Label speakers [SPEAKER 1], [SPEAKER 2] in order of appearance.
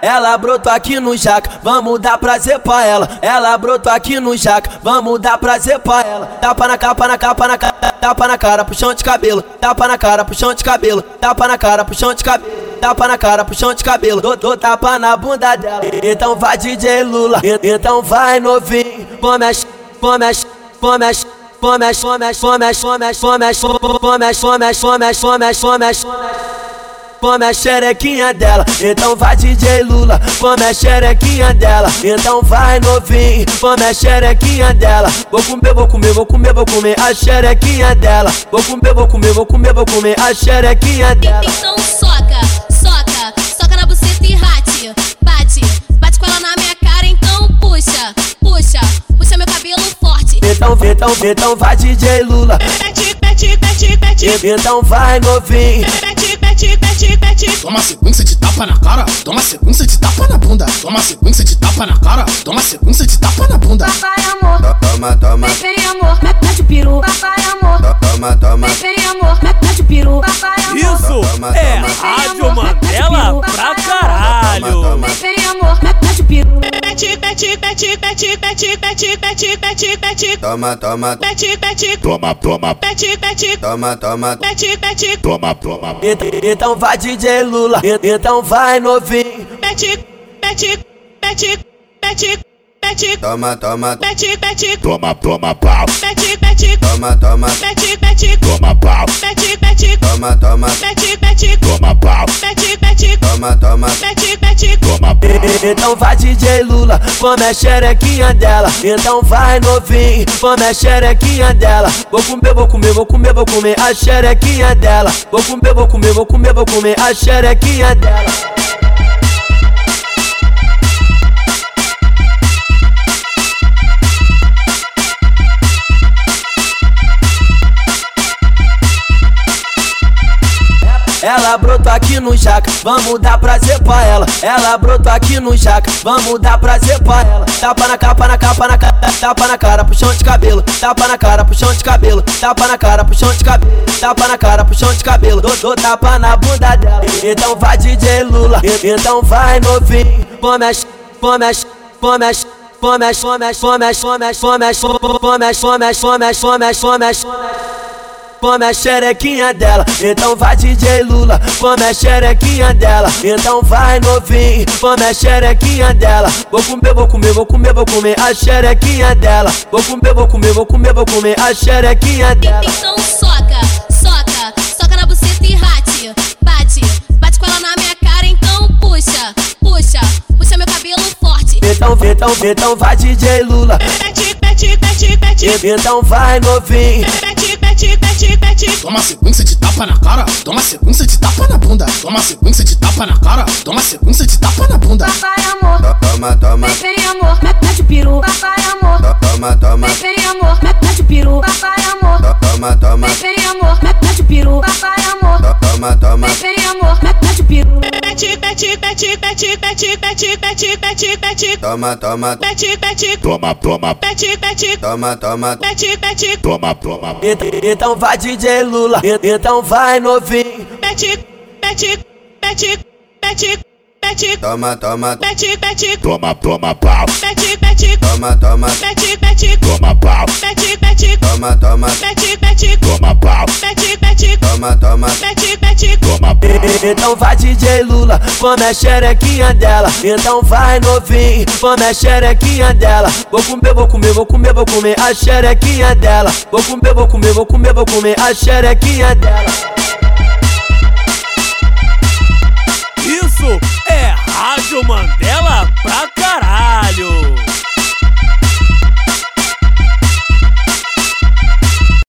[SPEAKER 1] Ela brotou aqui no jaca, vamos dar prazer pra ela. Ela brotou aqui no jaca, vamos dar prazer pra ela. Tapa na capa, na capa, na cara, tapa na cara, puxão de cabelo. Tapa na cara, puxão de cabelo. Tapa na cara, puxão de cabelo. Tapa na cara, puxão de cabelo. Dou, dou tapa na bunda dela. Então vai DJ Lula, E- então vai novinho. Come as, come as, come as. Come as, come as, come as, come as, come as, come as, come as, come as, come as, come as, come as come a xerequinha dela, então vai DJ Lula, come a xerequinha dela, então vai novinho, come a xerequinha dela, vou comer, vou comer, vou comer, vou comer a xerequinha dela, vou comer, vou comer, vou comer, vou comer a xerequinha dela.
[SPEAKER 2] Então soca, soca, soca na buceta e rate. Bate, bate com ela na minha cara, então puxa, puxa, puxa meu cabelo forte.
[SPEAKER 1] Então, então, então vai DJ Lula,
[SPEAKER 3] Pete, pete, pete, pete,
[SPEAKER 1] então vai novinho,
[SPEAKER 3] pete, pete, pete, pete.
[SPEAKER 4] Toma sequência de tapa na cara, toma sequência de tapa na bunda, toma sequência de tapa na cara, toma sequência de tapa na bunda.
[SPEAKER 5] Papai amor,
[SPEAKER 6] Toma, toma,
[SPEAKER 5] vem amor, me- mete o peru. Papai amor,
[SPEAKER 6] toma, toma.
[SPEAKER 5] vem amor, me- mete o peru. Papai amor,
[SPEAKER 7] Isso é Rádio Mandela pra caralho.
[SPEAKER 5] vem amor, me- mete o peru.
[SPEAKER 3] Pete, pete, pete, pete, pete, pete, pete, pete, pete.
[SPEAKER 6] Toma, toma,
[SPEAKER 3] Pete, pete,
[SPEAKER 8] Toma, toma,
[SPEAKER 3] pete, pete,
[SPEAKER 6] toma, toma.
[SPEAKER 3] pete, pete,
[SPEAKER 8] toma, toma.
[SPEAKER 1] então, então vai DJ Lula, então vai novinho,
[SPEAKER 3] pete, pete, pete, pete, pete,
[SPEAKER 6] Toma, toma,
[SPEAKER 3] pete, pete,
[SPEAKER 8] Toma, toma, pau.
[SPEAKER 3] pete, pete,
[SPEAKER 6] toma, toma,
[SPEAKER 3] pete, pete,
[SPEAKER 8] Toma, pau.
[SPEAKER 3] pete, pete,
[SPEAKER 6] toma, toma,
[SPEAKER 3] pete, pete,
[SPEAKER 8] Toma, pau.
[SPEAKER 3] pete, pete,
[SPEAKER 6] toma, toma.
[SPEAKER 3] pete, pete.
[SPEAKER 8] Toma, pau.
[SPEAKER 1] Então vai DJ Lula, come a xerequinha dela. Então vai novinho, come a xerequinha dela. Vou comer, vou comer, vou comer, vou comer a xerequinha dela. Vou comer, vou comer, vou comer, vou comer a xerequinha dela. Ela brotou aqui no jaca, vamos dar prazer pra ela. Ela brotou aqui no jaca, vamos dar prazer pra ela. Tapa na capa, na capa, na cara, tapa na cara, puxão de cabelo. Tapa na cara, puxão de cabelo. Tapa na cara, puxão de cabelo. Tapa na cara, puxão de cabelo. Dou, dou tapa na bunda dela. Então vai DJ Lula, E- então vai novinho. Come as, come as, come as. Come as, come as, come as, come as, come as, come as, come as, come as, come as, come as, come as come a é xerequinha dela. Então vai DJ Lula, come a xerequinha dela. Então vai novinho, come a xerequinha dela. Vou comer, vou comer, vou comer, vou comer a xerequinha dela. Vou comer, vou comer, vou comer, vou comer a xerequinha dela.
[SPEAKER 2] Então soca, soca, soca na buceta e rate. Bate, bate com ela na minha cara, então puxa, puxa, puxa meu cabelo forte.
[SPEAKER 1] Então, então, então vai DJ Lula,
[SPEAKER 3] Pete, pete, pete, pete,
[SPEAKER 1] então vai novinho.
[SPEAKER 3] pete, pete, pete, pete.
[SPEAKER 4] Toma sequência de tapa na cara, toma sequência de tapa na bunda, toma sequência de tapa na cara, toma sequência de tapa na bunda.
[SPEAKER 5] Papai amor,
[SPEAKER 6] Toma, toma,
[SPEAKER 5] vem amor, me- mete o peru. Papai amor,
[SPEAKER 6] toma, toma.
[SPEAKER 5] vem amor, me- mete o peru. Papai amor,
[SPEAKER 6] Toma, toma,
[SPEAKER 5] vem amor, me- mete o peru. Papai amor,
[SPEAKER 6] toma, toma.
[SPEAKER 5] vem amor, me- mete o peru.
[SPEAKER 3] Pete, pete, pete, pete, pete, pete, pete, pete, pete.
[SPEAKER 6] Toma, toma,
[SPEAKER 3] Pete, pete,
[SPEAKER 8] Toma, toma,
[SPEAKER 3] pete, pete,
[SPEAKER 6] toma, toma.
[SPEAKER 3] pete, pete,
[SPEAKER 8] toma, toma.
[SPEAKER 1] Ent- Então vai DJ Lula, E- então vai novinho.
[SPEAKER 3] pete, pete, pete, pete, pete,
[SPEAKER 6] Toma, toma,
[SPEAKER 3] pete, pete,
[SPEAKER 8] Toma, toma, pau.
[SPEAKER 3] pete, pete,
[SPEAKER 6] toma, toma.
[SPEAKER 3] pete, pete,
[SPEAKER 8] Toma, pau.
[SPEAKER 3] pete, pete,
[SPEAKER 6] Toma, toma,
[SPEAKER 3] pete, pete,
[SPEAKER 8] Toma, pau.
[SPEAKER 3] pete, pete,
[SPEAKER 6] toma, toma.
[SPEAKER 3] pete, pete.
[SPEAKER 8] Toma, pau.
[SPEAKER 1] Então vai DJ Lula, come a xerequinha dela. Então vai novinho, come a xerequinha dela. Vou comer, vou comer, vou comer, vou comer a xerequinha dela. Vou comer, vou comer, vou comer, vou comer a xerequinha dela.